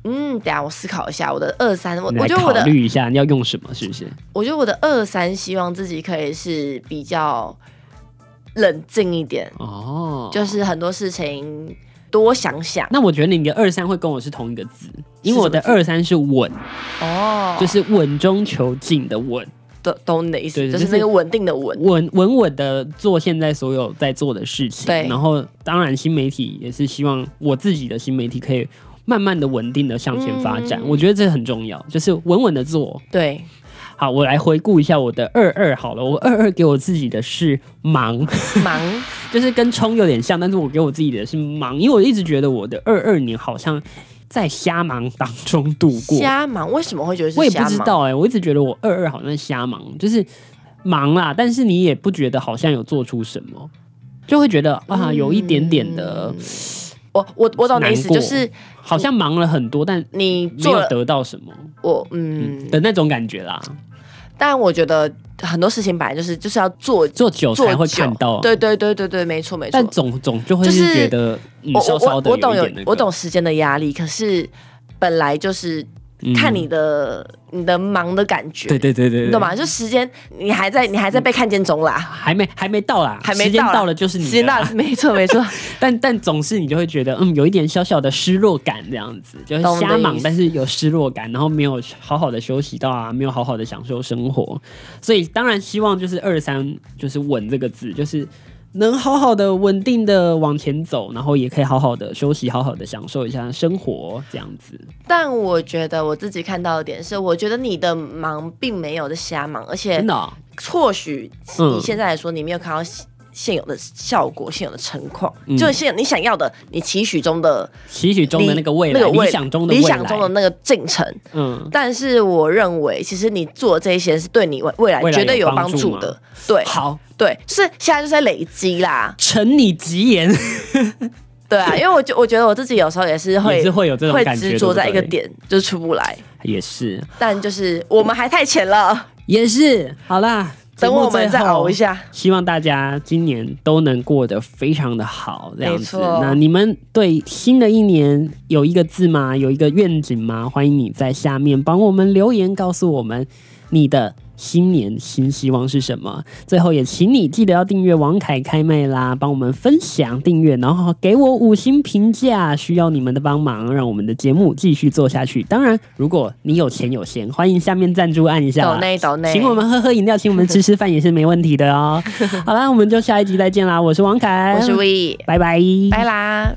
Speaker 2: 嗯，等一下我思考一下我的二三，我
Speaker 1: 你
Speaker 2: 我
Speaker 1: 来
Speaker 2: 觉得我
Speaker 1: 考
Speaker 2: 的
Speaker 1: 虑一下你要用什么，是不是？
Speaker 2: 我觉得我的二三希望自己可以是比较冷静一点，
Speaker 1: 哦，
Speaker 2: 就是很多事情多想想
Speaker 1: 那我觉得你的二三会跟我是同一个字，因为我的
Speaker 2: 是什
Speaker 1: 二三是稳，
Speaker 2: 哦，
Speaker 1: 就是是稳中求进的稳，
Speaker 2: 懂懂你的
Speaker 1: 对
Speaker 2: 意思，就
Speaker 1: 就是
Speaker 2: 是那个稳定的稳，
Speaker 1: 稳稳稳的做现在所有在做的事情。
Speaker 2: 对
Speaker 1: 然后当然新媒体也是希望我自己的新媒体可以慢慢的稳定的向前发
Speaker 2: 嗯
Speaker 1: 展，我觉得这很重要，就是稳稳的做。
Speaker 2: 对，
Speaker 1: 好，我来回顾一下我的二二好了，我二二给我自己的是忙，
Speaker 2: 忙，
Speaker 1: 就是跟冲有点像，但是我给我自己的是忙，因为我一直觉得我的二二年好像在瞎忙当中度过。
Speaker 2: 瞎忙，为什么会觉得
Speaker 1: 我
Speaker 2: 是
Speaker 1: 也不
Speaker 2: 瞎
Speaker 1: 知
Speaker 2: 忙？
Speaker 1: 道哎、我一直觉得我二二好像瞎忙，就是忙啦，但是你也不觉得好像有做出什么，就会觉得啊，有一点点的，
Speaker 2: 嗯我我我懂你的意思，
Speaker 1: 难过
Speaker 2: 就是
Speaker 1: 好像忙了很多，但
Speaker 2: 你
Speaker 1: 没
Speaker 2: 做
Speaker 1: 有
Speaker 2: 了
Speaker 1: 得到什么
Speaker 2: 我，嗯，
Speaker 1: 的那种感觉啦。
Speaker 2: 但我觉得很多事情本来就是就是要做
Speaker 1: 做久
Speaker 2: 做
Speaker 1: 才会
Speaker 2: 久
Speaker 1: 看到，
Speaker 2: 对对对对对，没错没错
Speaker 1: 但。总总就会
Speaker 2: 就是是
Speaker 1: 觉得嗯，
Speaker 2: 我
Speaker 1: 稍
Speaker 2: 我
Speaker 1: 稍
Speaker 2: 我
Speaker 1: 的
Speaker 2: 我
Speaker 1: 一
Speaker 2: 懂
Speaker 1: 点那个
Speaker 2: 我懂时间的压力，可是本来就是
Speaker 1: 嗯
Speaker 2: 看你的、你的忙的感觉，
Speaker 1: 对对对对，嗯
Speaker 2: 你懂？吗？就时间你还在你还在被看见中啦，
Speaker 1: 还没还没到啦，
Speaker 2: 还没
Speaker 1: 时间
Speaker 2: 啦
Speaker 1: 到了就是你啊
Speaker 2: 时间
Speaker 1: 的啦
Speaker 2: 到了，没错没错，
Speaker 1: 但但总是你就会觉得，嗯，有一点小小的失落感，这样子就是
Speaker 2: 懂你的
Speaker 1: 瞎忙
Speaker 2: 意，思
Speaker 1: 但是有失落感，然后没有好好的休息到啊，没有好好的享受生活，所以当然希望就是二三就是稳这个字，就是能好好的稳定的往前走，然后也可以好好的休息，好好的享受一下生活，这样子。
Speaker 2: 但我觉得我自己看到的点是，我觉得你的忙并没有的瞎忙，而且
Speaker 1: 真的哦、
Speaker 2: 或许
Speaker 1: 嗯
Speaker 2: 你现在来说，你没有看到现现有的效果、现有的成况，
Speaker 1: 嗯
Speaker 2: 就是现你想要的、你期许中的
Speaker 1: 期许中的那个未来，
Speaker 2: 那个未
Speaker 1: 理想中的
Speaker 2: 理
Speaker 1: 未来，
Speaker 2: 想中的那个进程。
Speaker 1: 嗯，
Speaker 2: 但是我认为，其实你做这些是对你未未来
Speaker 1: 未来有
Speaker 2: 绝对有帮
Speaker 1: 帮助
Speaker 2: 助
Speaker 1: 吗
Speaker 2: 的。对
Speaker 1: 好，
Speaker 2: 对，就是现在就是在累积 啦。
Speaker 1: 承你吉言，
Speaker 2: 对啊，因为我觉我觉得我自己有时候也是会
Speaker 1: 也是会有这种
Speaker 2: 会
Speaker 1: 感觉
Speaker 2: 执着在一个
Speaker 1: 对不对
Speaker 2: 点，就是出不来。
Speaker 1: 也是
Speaker 2: 但就是我们还太浅 了，
Speaker 1: 也是，好啦，
Speaker 2: 等我们再熬一
Speaker 1: 下。
Speaker 2: 下。
Speaker 1: 希望大家今年都能过得非常的好，这样
Speaker 2: 没
Speaker 1: 子。
Speaker 2: 错
Speaker 1: 那你们对新的一年有一个字吗？有一个愿景吗？欢迎你在下面帮我们留言，告诉我们你的新年新希望是什么。最后也请你记得要订阅王凯开麦啦，帮我们分享订阅，然后给我五星评价，需要你们的帮忙，让我们的节目继续做下去。当然，如果你有钱有闲，欢迎下面赞助按一下啦，
Speaker 2: 抖内抖内
Speaker 1: 请我们喝喝饮料，请我们吃吃饭也是没问题 的哦。好啦，我们就下一集再见啦，我是王凯，
Speaker 2: 我是 We，
Speaker 1: 拜拜，
Speaker 2: 拜啦。